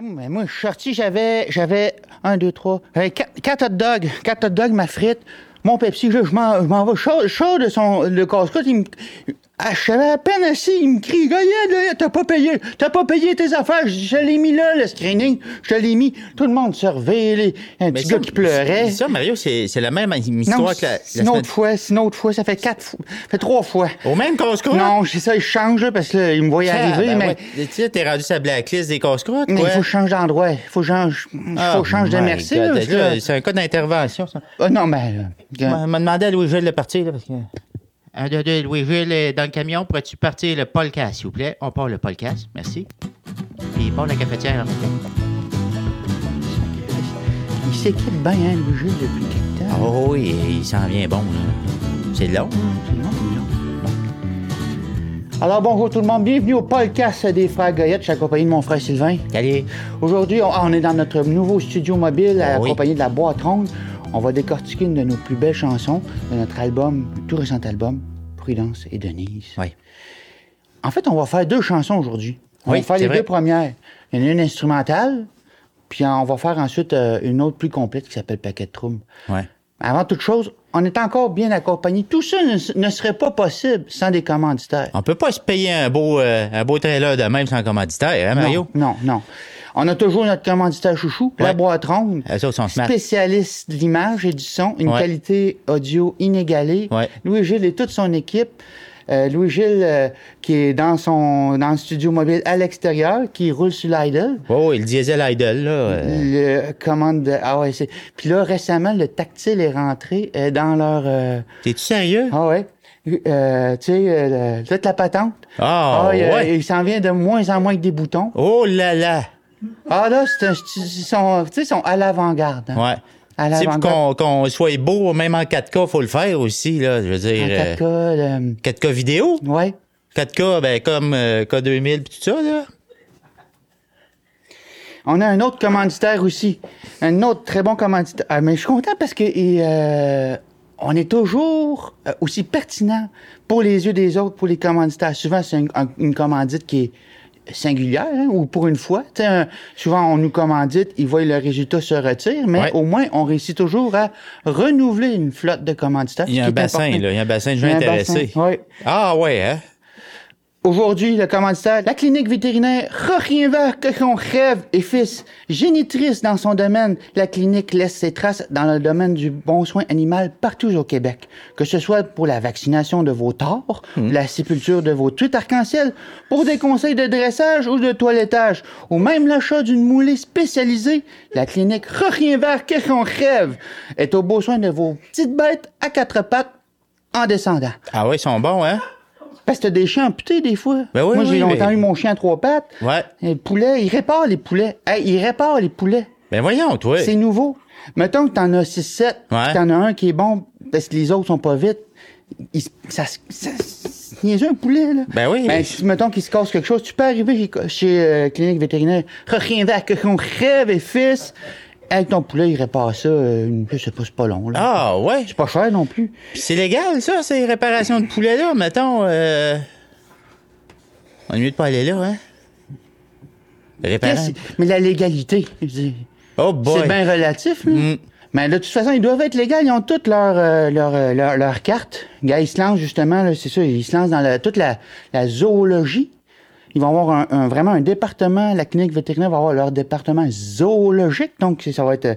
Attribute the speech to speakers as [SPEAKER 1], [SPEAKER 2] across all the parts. [SPEAKER 1] Mais moi, je suis sorti, j'avais, j'avais un, deux, trois, euh, quatre, quatre hot dogs, quatre hot dogs, ma frite, mon Pepsi, je, je m'en, je m'en vais chaud, chaud de son, le casse-croûte, il me, ah, je savais à peine assis, il me crie, gars, yeah, yeah, t'as pas payé, t'as pas payé tes affaires, je, dis, je l'ai mis là, le screening, je te l'ai mis, tout le monde servait, les, un
[SPEAKER 2] Mais
[SPEAKER 1] petit
[SPEAKER 2] ça,
[SPEAKER 1] gars qui pleurait.
[SPEAKER 2] c'est- Ça, Mario, c'est c'est la même histoire
[SPEAKER 1] Non,
[SPEAKER 2] que la, la
[SPEAKER 1] c'est une
[SPEAKER 2] semaine-
[SPEAKER 1] autre fois, c'est une autre fois, ça fait quatre fois, ça fait trois fois.
[SPEAKER 2] Au même casse-croûte?
[SPEAKER 1] Non, c'est ça, il change, là, parce que là, il me voyait
[SPEAKER 2] Ah,
[SPEAKER 1] arriver,
[SPEAKER 2] ben
[SPEAKER 1] mais,
[SPEAKER 2] ouais. Tu sais, t'es rendu sur la blacklist des casse-croûtes,
[SPEAKER 1] mais il
[SPEAKER 2] quoi.
[SPEAKER 1] faut que je change d'endroit, il faut que je change, faut que je change de
[SPEAKER 2] Ah, my
[SPEAKER 1] merci,
[SPEAKER 2] God,
[SPEAKER 1] là, parce
[SPEAKER 2] ben là,
[SPEAKER 1] que là,
[SPEAKER 2] C'est un cas d'intervention, ça.
[SPEAKER 1] Ah, non, mais, euh,
[SPEAKER 2] On m'a demandé à Louis-Gilles de partir, là, parce que... Un, deux, deux, Ah, Louis-Gilles, euh, dans le camion, pourrais-tu partir le podcast, s'il vous plaît? On part le podcast, merci. Puis part la cafetière.
[SPEAKER 1] Il s'équipe bien, hein, le jeu, depuis quelque temps.
[SPEAKER 2] Oh oui, il s'en vient bon, là. C'est long.
[SPEAKER 1] C'est long, c'est long. Bon. Alors, bonjour tout le monde. Bienvenue au podcast des Frères Goyette. Je suis accompagné de mon frère Sylvain.
[SPEAKER 2] Allez.
[SPEAKER 1] Aujourd'hui, on, on est dans notre nouveau studio mobile,
[SPEAKER 2] Ah oui.
[SPEAKER 1] accompagné de la boîte ronde. On va décortiquer une de nos plus belles chansons de notre album, tout récent album, Prudence et Denise.
[SPEAKER 2] Oui.
[SPEAKER 1] En fait, on va faire deux chansons aujourd'hui. On
[SPEAKER 2] Oui,
[SPEAKER 1] va faire
[SPEAKER 2] c'est
[SPEAKER 1] les
[SPEAKER 2] vrai.
[SPEAKER 1] deux premières. Il y en a une instrumentale, puis on va faire ensuite euh, une autre plus complète qui s'appelle Paquet de Troubles.
[SPEAKER 2] Ouais.
[SPEAKER 1] Avant toute chose, on est encore bien accompagné. Tout ça ne, ne serait pas possible sans des commanditaires.
[SPEAKER 2] On peut pas se payer un beau, euh, un beau trailer de même sans commanditaire, hein, Mario?
[SPEAKER 1] Non, non, non. On a toujours notre commanditaire chouchou, la
[SPEAKER 2] Ouais.
[SPEAKER 1] boîte ronde.
[SPEAKER 2] Elles autres Euh, sont smart.
[SPEAKER 1] Spécialiste de l'image et du son, une
[SPEAKER 2] Ouais.
[SPEAKER 1] qualité audio inégalée.
[SPEAKER 2] Ouais.
[SPEAKER 1] Louis-Gilles et toute son équipe. Euh, Louis-Gilles, euh, qui est dans son dans le studio mobile à l'extérieur, qui roule sur l'idle.
[SPEAKER 2] Oh, il diesel idol, là. euh,
[SPEAKER 1] Le commande de... Ah ouais, c'est... Puis là, récemment, le tactile est rentré euh, dans leur... euh,
[SPEAKER 2] T'es-tu sérieux?
[SPEAKER 1] Ah ouais. Euh, tu sais, euh, le- toute la patente.
[SPEAKER 2] Ah,
[SPEAKER 1] il, euh,
[SPEAKER 2] ouais.
[SPEAKER 1] il s'en vient de moins en moins avec des boutons.
[SPEAKER 2] Oh là là!
[SPEAKER 1] Ah là, c'est un, stu- ils sont, tu sais, ils sont à l'avant-garde. hein.
[SPEAKER 2] Ouais.
[SPEAKER 1] À
[SPEAKER 2] Tu sais, pour
[SPEAKER 1] l'avant-garde.
[SPEAKER 2] qu'on qu'on soit beau, même en 4K, faut le faire aussi, là. Je veux
[SPEAKER 1] En
[SPEAKER 2] dire, euh,
[SPEAKER 1] 4K, euh,
[SPEAKER 2] 4K vidéo?
[SPEAKER 1] ouais.
[SPEAKER 2] 4K, ben, comme euh, K2000 pis tout ça, là.
[SPEAKER 1] On a un autre commanditaire aussi. Un autre très bon commanditaire. Ah, mais je suis content parce que et, euh, on est toujours euh, aussi pertinent pour les yeux des autres, pour les commanditaires. Souvent, c'est un- un- une commandite qui est singulière hein, ou pour une fois. Tu sais, un- souvent, on nous commandite, ils voient le résultat se retire, mais
[SPEAKER 2] Ouais.
[SPEAKER 1] au moins, on réussit toujours à renouveler une flotte de commanditaires.
[SPEAKER 2] Il y
[SPEAKER 1] ce
[SPEAKER 2] a
[SPEAKER 1] qui
[SPEAKER 2] un
[SPEAKER 1] est
[SPEAKER 2] bassin,
[SPEAKER 1] important.
[SPEAKER 2] là. Il y a un bassin de
[SPEAKER 1] Il y
[SPEAKER 2] gens
[SPEAKER 1] a un
[SPEAKER 2] intéressés.
[SPEAKER 1] bassin, ouais.
[SPEAKER 2] Ah, ouais, hein?
[SPEAKER 1] Aujourd'hui, le commanditaire, la clinique vétérinaire Rochien Vert, que son rêve et fils, génitrice dans son domaine, la clinique laisse ses traces dans le domaine du bon soin animal partout au Québec. Que ce soit pour la vaccination de vos torts, la sépulture de vos tweets arc-en-ciel, pour des conseils de dressage ou de toilettage, ou même l'achat d'une moulée spécialisée, la clinique Rochien Vert, que son rêve, est au beau soin de vos petites bêtes à quatre pattes en descendant.
[SPEAKER 2] Ah, ouais, ils sont bons, hein?
[SPEAKER 1] Parce que t'as des chiens amputés des fois.
[SPEAKER 2] Ben oui,
[SPEAKER 1] Moi, j'ai
[SPEAKER 2] oui,
[SPEAKER 1] longtemps
[SPEAKER 2] mais-
[SPEAKER 1] eu mon chien à trois pattes.
[SPEAKER 2] Ouais.
[SPEAKER 1] Et le poulet, il répare les poulets. Hey, il répare les poulets.
[SPEAKER 2] Ben, voyons, toi.
[SPEAKER 1] C'est nouveau. Mettons que t'en as 6-7,
[SPEAKER 2] Ouais.
[SPEAKER 1] puis t'en as un qui est bon parce que les autres sont pas vite. Il, se- ça, se- ça, se- niaiseux, un poulet, là.
[SPEAKER 2] Ben oui.
[SPEAKER 1] Ben, si, mettons qu'il se casse quelque chose, tu peux arriver chez, chez, euh, clinique vétérinaire, rien vers que qu'on rêve et fils. Avec ton poulet, il répare ça, euh, une- je sais pas, c'est pas long, là.
[SPEAKER 2] Ah, ouais.
[SPEAKER 1] C'est pas cher non plus.
[SPEAKER 2] Pis c'est légal, ça, ces réparations de poulet, là. Mettons, euh... On est mieux de pas aller là, hein? Réparer. Ben
[SPEAKER 1] Qu'est-ce- Mais la légalité, je dis.
[SPEAKER 2] Oh, boy.
[SPEAKER 1] C'est bien relatif, là. Mais de toute façon, ils doivent être légaux. Ils ont toutes leurs euh, leurs, euh, leurs- leurs cartes. Gars, ils se lancent justement, là, c'est ça, ils se lancent dans la- toute la, la zoologie. Ils vont avoir un, un- vraiment un département, la clinique vétérinaire va avoir leur département zoologique. Donc, c'est- ça va être euh,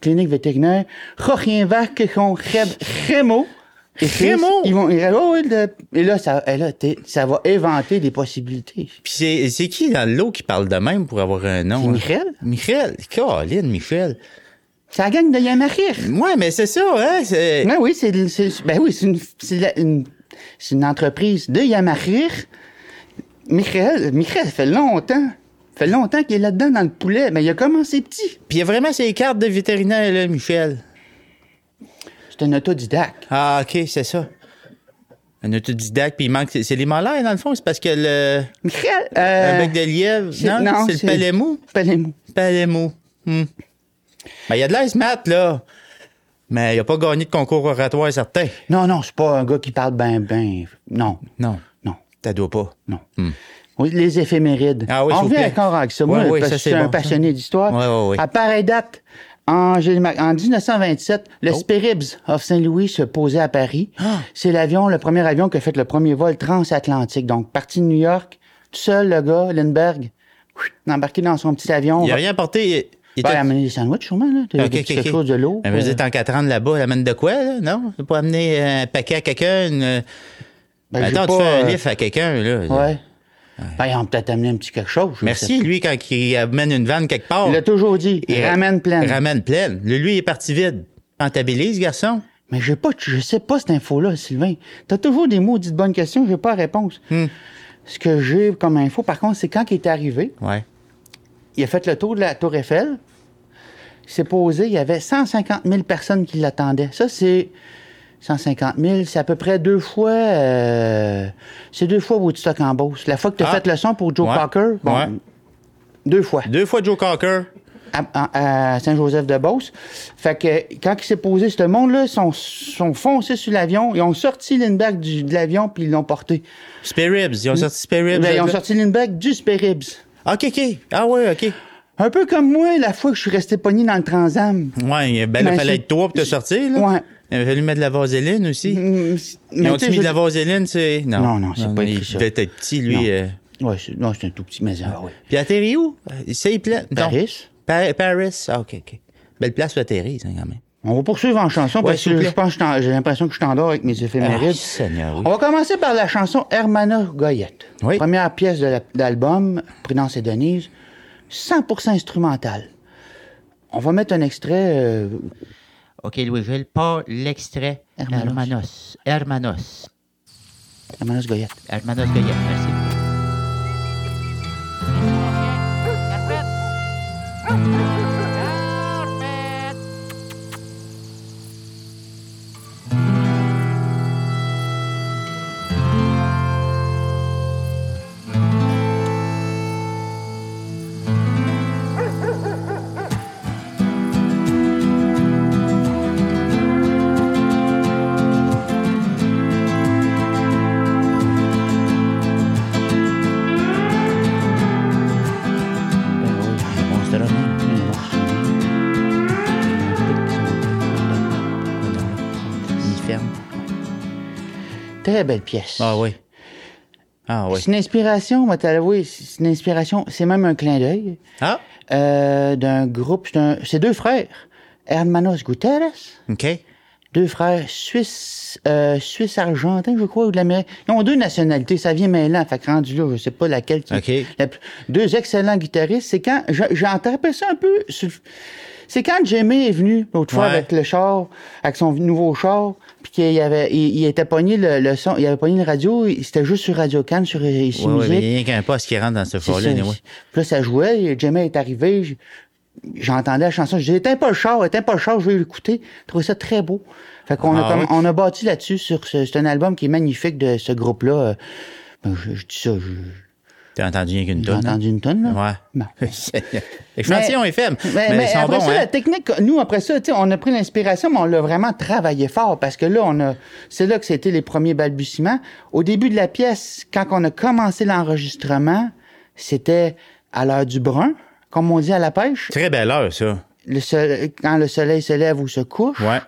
[SPEAKER 1] clinique vétérinaire, Rochienvert, Quécon, Rémo. Et puis,
[SPEAKER 2] Rémo?
[SPEAKER 1] Ils vont, ils- oh, oui, le- et là, ça, et là t'es- ça va éventer des possibilités.
[SPEAKER 2] Puis c'est, c'est qui dans l'eau qui parle de même pour avoir un nom?
[SPEAKER 1] C'est
[SPEAKER 2] hein?
[SPEAKER 1] Michel?
[SPEAKER 2] Michel, Caroline, Michel.
[SPEAKER 1] Ça gagne de Yamahir.
[SPEAKER 2] Ouais, mais c'est ça, hein? C'est...
[SPEAKER 1] Ben oui, c'est, c'est- ben oui, c'est une, c'est la- une- c'est une entreprise de Yamahir. Michael, Michael, ça fait longtemps. Ça fait longtemps qu'il est là-dedans dans le poulet, mais il a commencé petit.
[SPEAKER 2] Puis il y a vraiment ces cartes de vétérinaire, là, Michel.
[SPEAKER 1] C'est un autodidacte.
[SPEAKER 2] Ah, OK, c'est ça. Un autodidacte, puis il manque... C'est, c'est les malaires, dans le fond, c'est parce que le...
[SPEAKER 1] Michael,
[SPEAKER 2] Un
[SPEAKER 1] euh,
[SPEAKER 2] bec de lièvre,
[SPEAKER 1] c'est-
[SPEAKER 2] non?
[SPEAKER 1] non,
[SPEAKER 2] c'est,
[SPEAKER 1] c'est-
[SPEAKER 2] le palais mou?
[SPEAKER 1] pas les mots.
[SPEAKER 2] Palais mou. Hmm. Ben, il y a de l'aise mat, là. Mais il a pas gagné de concours oratoire, certain.
[SPEAKER 1] Non, non, c'est pas un gars qui parle ben, ben. Non,
[SPEAKER 2] Non,
[SPEAKER 1] non,
[SPEAKER 2] t'as dois pas.
[SPEAKER 1] non. Oui, les éphémérides.
[SPEAKER 2] Ah oui,
[SPEAKER 1] On
[SPEAKER 2] s'il vous
[SPEAKER 1] revient
[SPEAKER 2] plaît.
[SPEAKER 1] encore avec ça,
[SPEAKER 2] Oui,
[SPEAKER 1] moi,
[SPEAKER 2] oui,
[SPEAKER 1] parce que
[SPEAKER 2] ça,
[SPEAKER 1] je
[SPEAKER 2] c'est
[SPEAKER 1] suis un
[SPEAKER 2] bon, ça.
[SPEAKER 1] passionné d'histoire.
[SPEAKER 2] Oui, oui, oui.
[SPEAKER 1] À pareille date, en, Gilles Mac- en 1927, le
[SPEAKER 2] Oh.
[SPEAKER 1] Spiribs of Saint-Louis se posait à Paris.
[SPEAKER 2] Ah.
[SPEAKER 1] C'est l'avion, le premier avion qui a fait le premier vol transatlantique. Donc, parti de New York, tout seul, le gars, Lindbergh, embarqué dans son petit avion.
[SPEAKER 2] Il n'a rien porté. Il
[SPEAKER 1] Ben,
[SPEAKER 2] était-
[SPEAKER 1] il a amené des sandwichs, sûrement, là. Des-
[SPEAKER 2] Ok,
[SPEAKER 1] des
[SPEAKER 2] ok,
[SPEAKER 1] petites
[SPEAKER 2] ok. Ben,
[SPEAKER 1] choses de euh. l'eau.
[SPEAKER 2] Mais je veux dire, tant qu'à 30 là-bas, elle amène de quoi, là? Non? Tu peux amener un paquet à quelqu'un. une-
[SPEAKER 1] Ben, j'ai
[SPEAKER 2] Attends, tu
[SPEAKER 1] pas,
[SPEAKER 2] fais un
[SPEAKER 1] euh,
[SPEAKER 2] lift à quelqu'un, là.
[SPEAKER 1] Ouais. Ben, ils ont peut-être amené un petit quelque chose. je sais
[SPEAKER 2] Merci, lui, quand il amène une vanne quelque part.
[SPEAKER 1] pas. Il l'a toujours dit. Il
[SPEAKER 2] ra-
[SPEAKER 1] ramène plein.
[SPEAKER 2] Ramène pleine. Le- Lui, il est parti vide. Rentabilise, garçon.
[SPEAKER 1] Mais j'ai pas, je sais pas cette info-là, Sylvain. T'as toujours des mots, dites bonnes questions, j'ai pas la réponse.
[SPEAKER 2] Hmm.
[SPEAKER 1] Ce que j'ai comme info, par contre, c'est quand il est arrivé,
[SPEAKER 2] Ouais.
[SPEAKER 1] il a fait le tour de la Tour Eiffel, il s'est posé, il y avait 150 000 personnes qui l'attendaient. Ça, c'est 150 000, c'est à peu près deux fois, euh, c'est deux fois Woodstock en Beauce. La fois que t'as
[SPEAKER 2] Ah.
[SPEAKER 1] fait le son pour Joe
[SPEAKER 2] Ouais.
[SPEAKER 1] Parker, bon,
[SPEAKER 2] Ouais.
[SPEAKER 1] deux fois.
[SPEAKER 2] Deux fois Joe Cocker.
[SPEAKER 1] à, à- à Saint-Joseph-de-Beauce. Fait que quand il s'est posé, ce monde-là, ils sont, sont foncés sur l'avion. Ils ont sorti Lindbergh du- de l'avion puis ils l'ont porté.
[SPEAKER 2] Spiribs. Ils ont sorti Spiribs.
[SPEAKER 1] Ben, ils ont
[SPEAKER 2] là.
[SPEAKER 1] sorti Lindbergh du Spéribs.
[SPEAKER 2] OK, OK. Ah ouais, OK.
[SPEAKER 1] Un peu comme moi, la fois que je suis resté pogné dans le Transam.
[SPEAKER 2] Ouais, ben,
[SPEAKER 1] Ben,
[SPEAKER 2] il fallait
[SPEAKER 1] c'est-
[SPEAKER 2] être toi pour te sortir, là. Euh,
[SPEAKER 1] Ouais.
[SPEAKER 2] Il a fallu mettre de la vaseline aussi.
[SPEAKER 1] Mm,
[SPEAKER 2] Ils
[SPEAKER 1] mais
[SPEAKER 2] ont
[SPEAKER 1] tu sais,
[SPEAKER 2] mis
[SPEAKER 1] je-
[SPEAKER 2] de la vaseline, c'est. Non, Ah,
[SPEAKER 1] Non, non, c'est pas
[SPEAKER 2] Il
[SPEAKER 1] écrit ça.
[SPEAKER 2] devait être petit,
[SPEAKER 1] Non.
[SPEAKER 2] lui. euh.
[SPEAKER 1] Ouais, c'est- non, c'est un tout petit maison. Ah, ouais.
[SPEAKER 2] Puis atterri où? Euh, Ça, il plaît. Non.
[SPEAKER 1] Paris.
[SPEAKER 2] Pa- Paris. Ah, OK, OK. Belle place où atterrir, ça, quand même.
[SPEAKER 1] On va poursuivre en chanson
[SPEAKER 2] Ouais,
[SPEAKER 1] parce
[SPEAKER 2] s'il vous
[SPEAKER 1] que je
[SPEAKER 2] plaît.
[SPEAKER 1] pense que je t'en- j'ai l'impression que je t'endors avec mes
[SPEAKER 2] Ah,
[SPEAKER 1] éphémérides.
[SPEAKER 2] Seigneur, oui.
[SPEAKER 1] On va commencer par la chanson Hermana Goyette.
[SPEAKER 2] Oui.
[SPEAKER 1] Première pièce de la- de l'album, Prudence et Denise, 100% instrumentale. On va mettre un extrait. euh,
[SPEAKER 2] OK, Louisville, pas l'extrait.
[SPEAKER 1] Hermanos.
[SPEAKER 2] Hermanos. Hermanos.
[SPEAKER 1] Hermana Goyette.
[SPEAKER 2] Hermanos Goya, merci.
[SPEAKER 1] Très belle pièce.
[SPEAKER 2] Ah oui. Ah oui.
[SPEAKER 1] C'est une inspiration, on va t'avouer, c'est une inspiration, c'est même un clin d'œil,
[SPEAKER 2] Ah,
[SPEAKER 1] euh, d'un groupe, c'est un- c'est deux frères, Hermanos Guterres,
[SPEAKER 2] OK.
[SPEAKER 1] deux frères suisses, euh, suisse argentin, je crois, ou de l'Amérique. Ils ont deux nationalités, ça vient mêlant. Fait que rendu là, je sais pas laquelle qui
[SPEAKER 2] OK.
[SPEAKER 1] la plus- Deux excellents guitaristes. C'est quand, je- j'ai attrapé ça un peu sur- c'est quand Jimmy est venu l'autre fois
[SPEAKER 2] Ouais.
[SPEAKER 1] avec le char, avec son nouveau char, puis qu'il y avait, il, il était pogné le, le son, il avait pogné le radio, il- c'était juste sur Radio Cannes, sur ici
[SPEAKER 2] Ouais, ouais, mais
[SPEAKER 1] Musique.
[SPEAKER 2] il n'y a rien qu'un poste qui rentre dans ce
[SPEAKER 1] C'est
[SPEAKER 2] fort-là,
[SPEAKER 1] ça.
[SPEAKER 2] anyway.
[SPEAKER 1] Puis là, ça jouait, et Jimmy est arrivé, j- j'entendais la chanson, je disais, éteins pas le char, éteins pas le char, je vais l'écouter. Je trouvais ça très beau. Fait qu'on a,
[SPEAKER 2] Ah
[SPEAKER 1] comme-
[SPEAKER 2] oui.
[SPEAKER 1] on a bâti là-dessus, sur ce- c'est un album qui est magnifique de ce groupe-là. Euh, ben, je, je dis ça, je-
[SPEAKER 2] T'as entendu rien qu'une
[SPEAKER 1] j'ai
[SPEAKER 2] tonne.
[SPEAKER 1] entendu une tonne, là.
[SPEAKER 2] Ouais.
[SPEAKER 1] Bon.
[SPEAKER 2] L'expansion est faible.
[SPEAKER 1] Mais,
[SPEAKER 2] mais
[SPEAKER 1] mais
[SPEAKER 2] ils sont
[SPEAKER 1] après
[SPEAKER 2] bons,
[SPEAKER 1] ça,
[SPEAKER 2] hein?
[SPEAKER 1] la technique, nous, après ça, tu sais, on a pris l'inspiration, mais on l'a vraiment travaillé fort parce que là, on a, c'est là que c'était les premiers balbutiements. Au début de la pièce, quand on a commencé l'enregistrement, c'était à l'heure du brun, comme on dit à la pêche,
[SPEAKER 2] Très belle heure, ça.
[SPEAKER 1] le soleil- quand le soleil se lève ou se couche.
[SPEAKER 2] Ouais.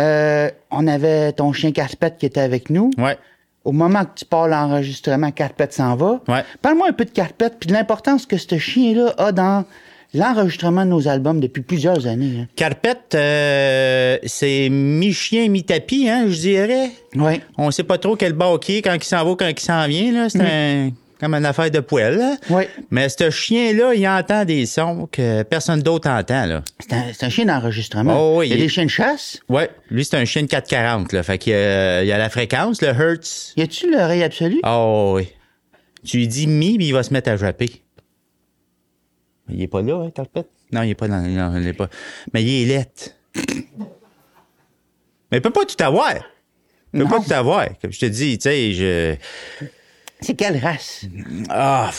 [SPEAKER 1] Euh, on avait ton chien Carpette qui était avec nous.
[SPEAKER 2] Ouais.
[SPEAKER 1] Au moment que tu pars l'enregistrement, Carpette s'en va.
[SPEAKER 2] Ouais.
[SPEAKER 1] Parle-moi un peu de Carpette puis de l'importance que ce chien-là a dans l'enregistrement de nos albums depuis plusieurs années. hein.
[SPEAKER 2] Carpette, euh, c'est mi-chien, mi-tapis, hein, je dirais.
[SPEAKER 1] Oui.
[SPEAKER 2] On sait pas trop quel bord qui est, quand il s'en va, quand il s'en vient, là. C'est un- comme une affaire de poêle, là.
[SPEAKER 1] Oui.
[SPEAKER 2] Mais ce chien-là, il entend des sons que personne d'autre entend, là.
[SPEAKER 1] C'est un, c'est un chien d'enregistrement.
[SPEAKER 2] Oh, oui,
[SPEAKER 1] Il y a
[SPEAKER 2] il-
[SPEAKER 1] des chiens de chasse.
[SPEAKER 2] Ouais. Lui, c'est un chien de 440, là. Fait qu'il y a, il y a la fréquence, le hertz.
[SPEAKER 1] Y a-tu l'oreille absolue?
[SPEAKER 2] Oh, oui. Tu lui dis mi, puis il va se mettre à japper. Il est pas là, hein, Carpette? Non, il est pas dans, non, il est pas. Mais il est lettre. Mais il peut pas tout avoir. Il peut
[SPEAKER 1] Non.
[SPEAKER 2] pas tout avoir. Comme je te dis, tu sais, je.
[SPEAKER 1] C'est quelle race?
[SPEAKER 2] Ah,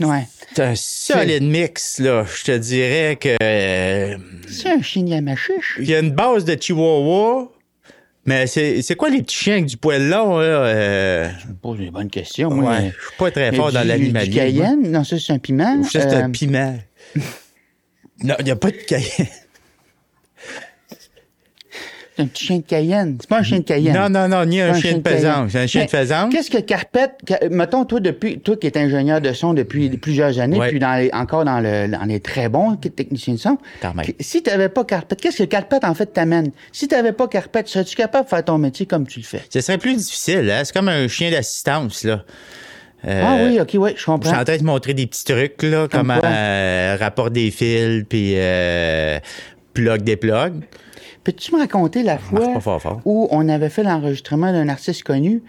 [SPEAKER 1] Ouais.
[SPEAKER 2] c'est un solide mix, là. Je te dirais que. euh,
[SPEAKER 1] C'est un chien Yamachiche?
[SPEAKER 2] Il y a une base de Chihuahua, Mais c'est c'est quoi les petits chiens avec du poil long, là? Euh,
[SPEAKER 1] Tu me poses une bonne question. Moi,
[SPEAKER 2] ouais, je suis pas très fort
[SPEAKER 1] du-
[SPEAKER 2] dans
[SPEAKER 1] Du
[SPEAKER 2] l'animalier. moi.
[SPEAKER 1] cayenne? Non, ça, c'est un piment.
[SPEAKER 2] Ou juste
[SPEAKER 1] Euh,
[SPEAKER 2] un piment. Non, il n'y a pas de cayenne.
[SPEAKER 1] c'est un petit chien de cayenne. C'est pas un chien de cayenne.
[SPEAKER 2] Non, non, non, ni un, chien
[SPEAKER 1] Cayenne.
[SPEAKER 2] de pesante. C'est un chien
[SPEAKER 1] Mais
[SPEAKER 2] de pesante.
[SPEAKER 1] Qu'est-ce que Carpette, que- mettons, toi, depuis, toi qui es ingénieur de son depuis plusieurs années,
[SPEAKER 2] Mm. Ouais.
[SPEAKER 1] puis dans les- encore dans, le, dans les très bons techniciens de son,
[SPEAKER 2] Quand même.
[SPEAKER 1] que- si tu n'avais pas Carpette, qu'est-ce que Carpette, en fait, t'amène? Si tu n'avais pas Carpette, serais-tu capable de faire ton métier comme tu le fais?
[SPEAKER 2] Ce serait plus difficile, hein? C'est comme un chien d'assistance, là. Euh,
[SPEAKER 1] ah oui, OK, oui, je
[SPEAKER 2] Je suis
[SPEAKER 1] comprends.
[SPEAKER 2] en train de montrer des petits trucs, là,
[SPEAKER 1] Comme
[SPEAKER 2] comment
[SPEAKER 1] quoi?
[SPEAKER 2] euh, rapporter des fils, puis euh, plug des plugs.
[SPEAKER 1] Peux-tu me raconter la fois
[SPEAKER 2] marche Ah, pas fort, fort.
[SPEAKER 1] où on avait fait l'enregistrement d'un artiste connu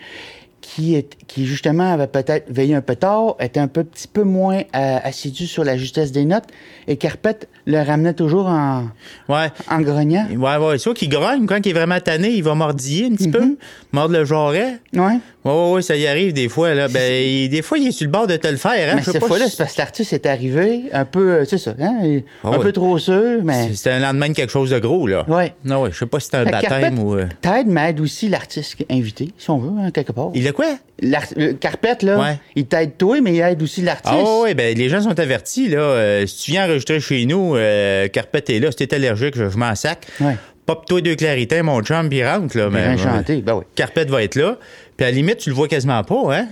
[SPEAKER 1] qui, est, qui justement avait peut-être veillé un peu tard, était un peu, petit peu moins euh, assidu sur la justesse des notes, et Carpette le ramenait toujours en,
[SPEAKER 2] Ouais.
[SPEAKER 1] en grognant?
[SPEAKER 2] Ouais, ouais. Soit qui grogne, quand il est vraiment tanné, il va mordiller un petit
[SPEAKER 1] Mm-hmm.
[SPEAKER 2] peu, mordre le jarret.
[SPEAKER 1] Ouais.
[SPEAKER 2] Ouais, ouais, ouais, ça y arrive des fois, là. Ben, il- des fois, il est sur le bord de te le faire, hein.
[SPEAKER 1] Mais
[SPEAKER 2] Je sais
[SPEAKER 1] cette
[SPEAKER 2] pas
[SPEAKER 1] fois-là,
[SPEAKER 2] si-
[SPEAKER 1] c'est parce que l'artiste est arrivé un peu, euh, c'est ça, hein, il-
[SPEAKER 2] Ah
[SPEAKER 1] un
[SPEAKER 2] ouais.
[SPEAKER 1] peu trop sûr, mais.
[SPEAKER 2] c'est- c'est un lendemain de quelque chose de gros, là.
[SPEAKER 1] Ouais.
[SPEAKER 2] Non, ouais, je sais pas si c'est un
[SPEAKER 1] Fait que
[SPEAKER 2] baptême
[SPEAKER 1] Carpette
[SPEAKER 2] ou. euh,
[SPEAKER 1] T'aide, mais aide aussi l'artiste qui est invité, si on veut, hein, quelque part.
[SPEAKER 2] Il a quoi?
[SPEAKER 1] L'ar- le Carpette, là,
[SPEAKER 2] Ouais.
[SPEAKER 1] il t'aide toi, mais il aide aussi l'artiste.
[SPEAKER 2] Ah ouais, ouais, ben les gens sont avertis, là. Euh, si tu viens enregistrer chez nous, euh, Carpette est là, si t'es allergique, je, je m'en sac.
[SPEAKER 1] Ouais.
[SPEAKER 2] Pop-toi deux clarités, mon chum, puis rentre, là.
[SPEAKER 1] Il
[SPEAKER 2] mais-
[SPEAKER 1] vient chanter, ben oui.
[SPEAKER 2] Carpette va être là. Puis à la limite, tu le vois quasiment pas, hein?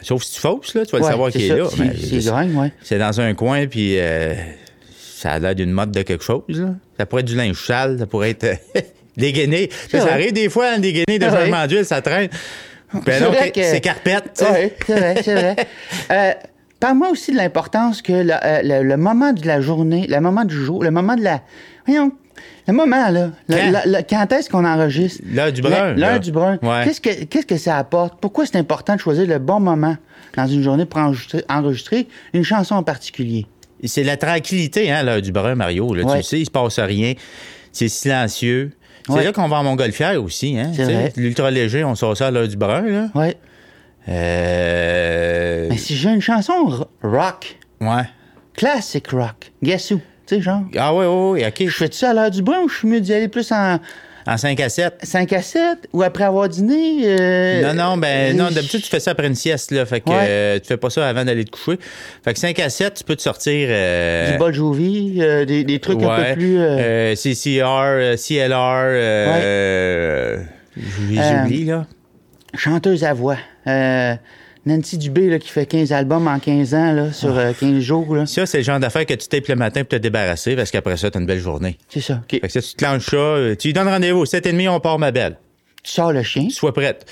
[SPEAKER 2] Sauf si tu fausses, là, tu vas le
[SPEAKER 1] Ouais,
[SPEAKER 2] savoir
[SPEAKER 1] c'est
[SPEAKER 2] qu'il est
[SPEAKER 1] ça,
[SPEAKER 2] là.
[SPEAKER 1] c'est-
[SPEAKER 2] mais
[SPEAKER 1] C'est dingue, ouais.
[SPEAKER 2] c'est dans un coin, puis euh, ça a l'air d'une mode de quelque chose, là. Ça pourrait être du linge sale, ça pourrait être euh, dégainé. Ça, ça
[SPEAKER 1] vrai.
[SPEAKER 2] arrive des fois, hein, dégainé de
[SPEAKER 1] C'est vrai.
[SPEAKER 2] changement d'huile, ça traîne. Ben
[SPEAKER 1] C'est
[SPEAKER 2] non,
[SPEAKER 1] vrai
[SPEAKER 2] c'est
[SPEAKER 1] que-
[SPEAKER 2] c'est Carpette, tu sais.
[SPEAKER 1] Ouais, c'est vrai, c'est vrai. Euh, Parle-moi aussi de l'importance que la- euh, le, le moment de la journée, le moment du jour, le moment de la. Voyons, le moment, là. Le-
[SPEAKER 2] Quand?
[SPEAKER 1] la- la- quand est-ce qu'on enregistre?
[SPEAKER 2] L'heure du brun,
[SPEAKER 1] La-
[SPEAKER 2] là.
[SPEAKER 1] L'heure du brun.
[SPEAKER 2] Ouais.
[SPEAKER 1] Qu'est-ce que Qu'est-ce que ça apporte? Pourquoi c'est important de choisir le bon moment dans une journée pour enregistrer, enregistrer une chanson en particulier?
[SPEAKER 2] C'est la tranquillité, hein, l'heure du brun, Mario. Là, Tu
[SPEAKER 1] Ouais.
[SPEAKER 2] le sais, il se passe rien. C'est silencieux. C'est
[SPEAKER 1] Ouais.
[SPEAKER 2] là qu'on va en montgolfière aussi. Hein,
[SPEAKER 1] C'est
[SPEAKER 2] tu sais.
[SPEAKER 1] vrai.
[SPEAKER 2] L'ultra léger, on sort ça à l'heure du brun. Là.
[SPEAKER 1] Ouais.
[SPEAKER 2] Euh...
[SPEAKER 1] Mais si j'ai une chanson ro- rock,
[SPEAKER 2] Ouais.
[SPEAKER 1] classic rock, guess who? Tu sais, genre.
[SPEAKER 2] Ah ouais, ouais, ouais, OK.
[SPEAKER 1] Je fais-tu ça à l'heure du brun ou je suis mieux d'y aller plus en
[SPEAKER 2] En 5 à 7.
[SPEAKER 1] 5 à 7 ou après avoir dîné? euh,
[SPEAKER 2] Non, non,
[SPEAKER 1] euh,
[SPEAKER 2] ben non, d'habitude, tu fais ça après une sieste, là. Fait que
[SPEAKER 1] Ouais.
[SPEAKER 2] euh, tu fais pas ça avant d'aller te coucher. Fait que 5 à 7, tu peux te sortir. euh,
[SPEAKER 1] Du Bon Jovi, euh, des, des trucs un
[SPEAKER 2] ouais,
[SPEAKER 1] peu plus. euh,
[SPEAKER 2] euh, CCR, euh, CLR. euh, Je les
[SPEAKER 1] Euh,
[SPEAKER 2] oublie, là.
[SPEAKER 1] chanteuse à voix. Euh, Nancy Dubé là, qui fait 15 albums en 15 ans là, sur
[SPEAKER 2] Ah.
[SPEAKER 1] euh, 15 jours. là.
[SPEAKER 2] Ça, c'est le genre d'affaires que tu tapes le matin pour te débarrasser parce qu'après ça, t'as une belle journée.
[SPEAKER 1] C'est ça. OK.
[SPEAKER 2] Fait que ça, tu te lances ça, euh, tu lui donnes rendez-vous. 7h30, on part, ma belle.
[SPEAKER 1] Tu sors le chien,
[SPEAKER 2] Sois prête.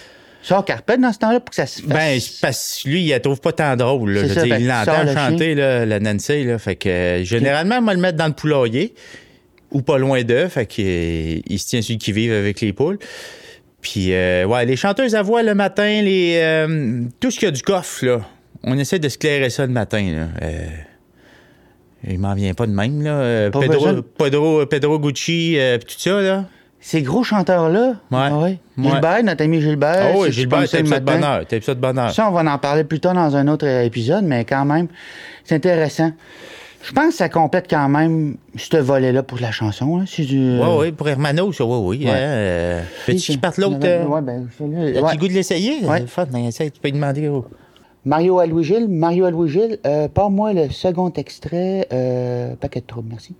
[SPEAKER 1] tu sors Carpette dans ce temps-là pour que ça se
[SPEAKER 2] Ben,
[SPEAKER 1] fasse.
[SPEAKER 2] c'est parce que lui, il la trouve pas tant drôle. là.
[SPEAKER 1] C'est
[SPEAKER 2] Je
[SPEAKER 1] ça,
[SPEAKER 2] veux dire,
[SPEAKER 1] fait
[SPEAKER 2] il
[SPEAKER 1] que tu sors
[SPEAKER 2] l'entend
[SPEAKER 1] le
[SPEAKER 2] chanter, là, la Nancy. Là, fait que euh, généralement, moi, le mettre dans le poulailler ou pas loin d'eux. Fait que, euh, il se tient celui qui vive avec les poules. Puis, euh, ouais, les chanteuses à voix le matin, les, euh, tout ce qu'il y a du coffre, là, on essaie de se clairer ça le matin. Là. Euh, il m'en vient pas de même. Là. Euh,
[SPEAKER 1] Pas
[SPEAKER 2] Pedro,
[SPEAKER 1] besoin.
[SPEAKER 2] Pedro, Pedro Gucci, euh, puis tout ça. Là.
[SPEAKER 1] Ces gros chanteurs-là.
[SPEAKER 2] Ouais.
[SPEAKER 1] ah
[SPEAKER 2] Ouais.
[SPEAKER 1] Gilbert, notre ami Gilbert.
[SPEAKER 2] Ah
[SPEAKER 1] Euh, si
[SPEAKER 2] oui,
[SPEAKER 1] tu
[SPEAKER 2] Gilbert,
[SPEAKER 1] penses
[SPEAKER 2] t'as
[SPEAKER 1] le
[SPEAKER 2] ça de
[SPEAKER 1] matin.
[SPEAKER 2] bonheur. T'as ça de bonheur.
[SPEAKER 1] Ah. Ça, on va en parler plus tard dans un autre euh, épisode, mais quand même, c'est intéressant. Je pense que ça complète quand même ce volet-là pour la chanson. Hein, si tu-
[SPEAKER 2] Oui, oui, pour Hermano, ça, oui, oui.
[SPEAKER 1] Ouais.
[SPEAKER 2] hein, euh, Veux-tu
[SPEAKER 1] Si,
[SPEAKER 2] qu'il parte l'autre?
[SPEAKER 1] j'avais-
[SPEAKER 2] euh,
[SPEAKER 1] Ouais, ben, celui-là,
[SPEAKER 2] T'as
[SPEAKER 1] ouais.
[SPEAKER 2] le goût de l'essayer?
[SPEAKER 1] Ouais.
[SPEAKER 2] C'est le fun, hein, essaye, tu peux lui demander. oh.
[SPEAKER 1] Mario à Louis-Gilles, Mario à Louis-Gilles, euh, moi le second extrait, euh, paquet de troubles, merci.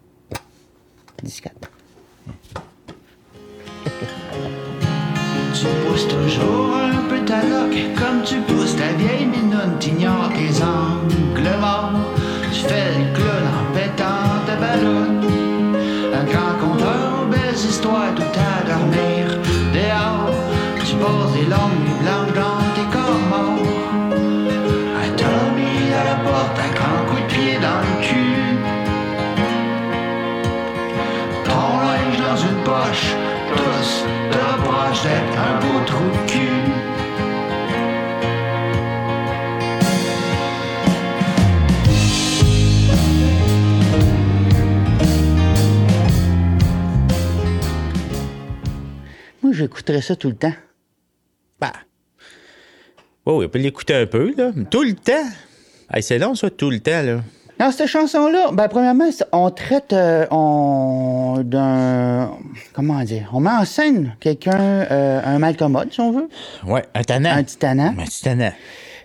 [SPEAKER 1] 14.
[SPEAKER 3] Tu pousses toujours un peu ta loque, comme tu pousses ta vieille minoune, t'ignores tes angles morts. Tu fais le clown en pétant ta ballonne. Un grand conteur aux belles histoires, tout à dormir dehors. Tu poses des longues nuits blanches dans tes corps morts. Un dormi à la porte, un grand coup de pied dans le cul. Ton linge dans une poche, tous te reprochent d'être un beau trou de cul.
[SPEAKER 1] Moi, j'écouterais ça tout le temps.
[SPEAKER 2] Bah. Oui, oui, on peut l'écouter un peu, là. Tout le temps. Hey, c'est long, ça, tout le temps, là.
[SPEAKER 1] Dans cette chanson-là, ben, premièrement, c'est- on traite euh, on, d'un. Comment dire On met en scène quelqu'un, euh, un malcommode, si on veut,
[SPEAKER 2] Ouais, un tannant.
[SPEAKER 1] un titanant.
[SPEAKER 2] Un petit tannant.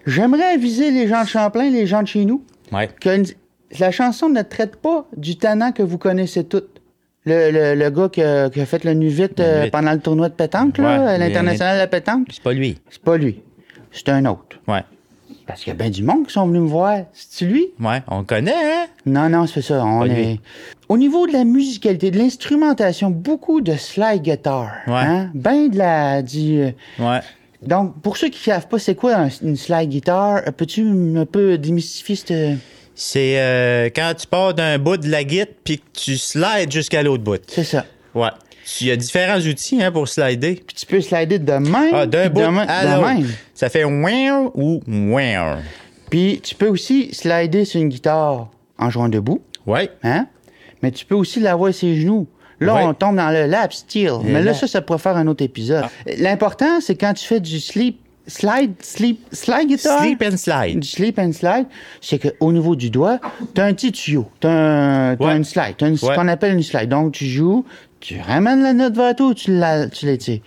[SPEAKER 1] J'aimerais aviser les gens de Champlain, les gens de chez nous,
[SPEAKER 2] Ouais.
[SPEAKER 1] que n- la chanson ne traite pas du tannant que vous connaissez toutes. Le, le- le gars qui a, qui a fait le nu vite euh,
[SPEAKER 2] Nuvite.
[SPEAKER 1] pendant le tournoi de pétanque, là,
[SPEAKER 2] Ouais,
[SPEAKER 1] à l'international de la pétanque,
[SPEAKER 2] C'est pas lui.
[SPEAKER 1] c'est pas lui. C'est un autre.
[SPEAKER 2] Ouais.
[SPEAKER 1] Parce qu'il y a bien du monde qui sont venus me voir. C'est-tu lui?
[SPEAKER 2] Ouais, on le connaît, hein?
[SPEAKER 1] Non, non, c'est ça. On
[SPEAKER 2] Pas lui.
[SPEAKER 1] est... Au niveau de la musicalité, de l'instrumentation, beaucoup de slide guitar.
[SPEAKER 2] Ouais.
[SPEAKER 1] Hein? Ben de la. Du, euh,
[SPEAKER 2] Ouais.
[SPEAKER 1] Donc, pour ceux qui ne savent pas c'est quoi un- une slide guitar, euh, peux-tu m- un peu démystifier cette.
[SPEAKER 2] C'est euh, quand tu pars d'un bout de la guite puis que tu slides jusqu'à l'autre bout.
[SPEAKER 1] C'est ça.
[SPEAKER 2] Ouais. Il y a différents outils hein, pour slider.
[SPEAKER 1] Puis tu peux slider de même.
[SPEAKER 2] Ah, d'un
[SPEAKER 1] puis
[SPEAKER 2] bout
[SPEAKER 1] de même-
[SPEAKER 2] à
[SPEAKER 1] de
[SPEAKER 2] l'autre.
[SPEAKER 1] même.
[SPEAKER 2] Ça fait wow ou wow.
[SPEAKER 1] Puis tu peux aussi slider sur une guitare en jouant debout.
[SPEAKER 2] Ouais.
[SPEAKER 1] Hein? Mais tu peux aussi l'avoir sur ses genoux. Là,
[SPEAKER 2] Ouais.
[SPEAKER 1] on tombe dans le lap steel. Mais là,
[SPEAKER 2] là- Ah.
[SPEAKER 1] ça, ça pourrait faire un autre épisode. L'important, c'est quand tu fais du sleep, slide, sleep, slide guitar.
[SPEAKER 2] Sleep and slide.
[SPEAKER 1] du slip and slide, c'est qu'au niveau du doigt, t'as un petit tuyau, t'as un, t'as
[SPEAKER 2] Ouais.
[SPEAKER 1] une slide, t'as une- ce
[SPEAKER 2] Ouais.
[SPEAKER 1] qu'on appelle une slide. Donc, tu joues, tu ramènes la note vers toi ou tu la- tu l'étires.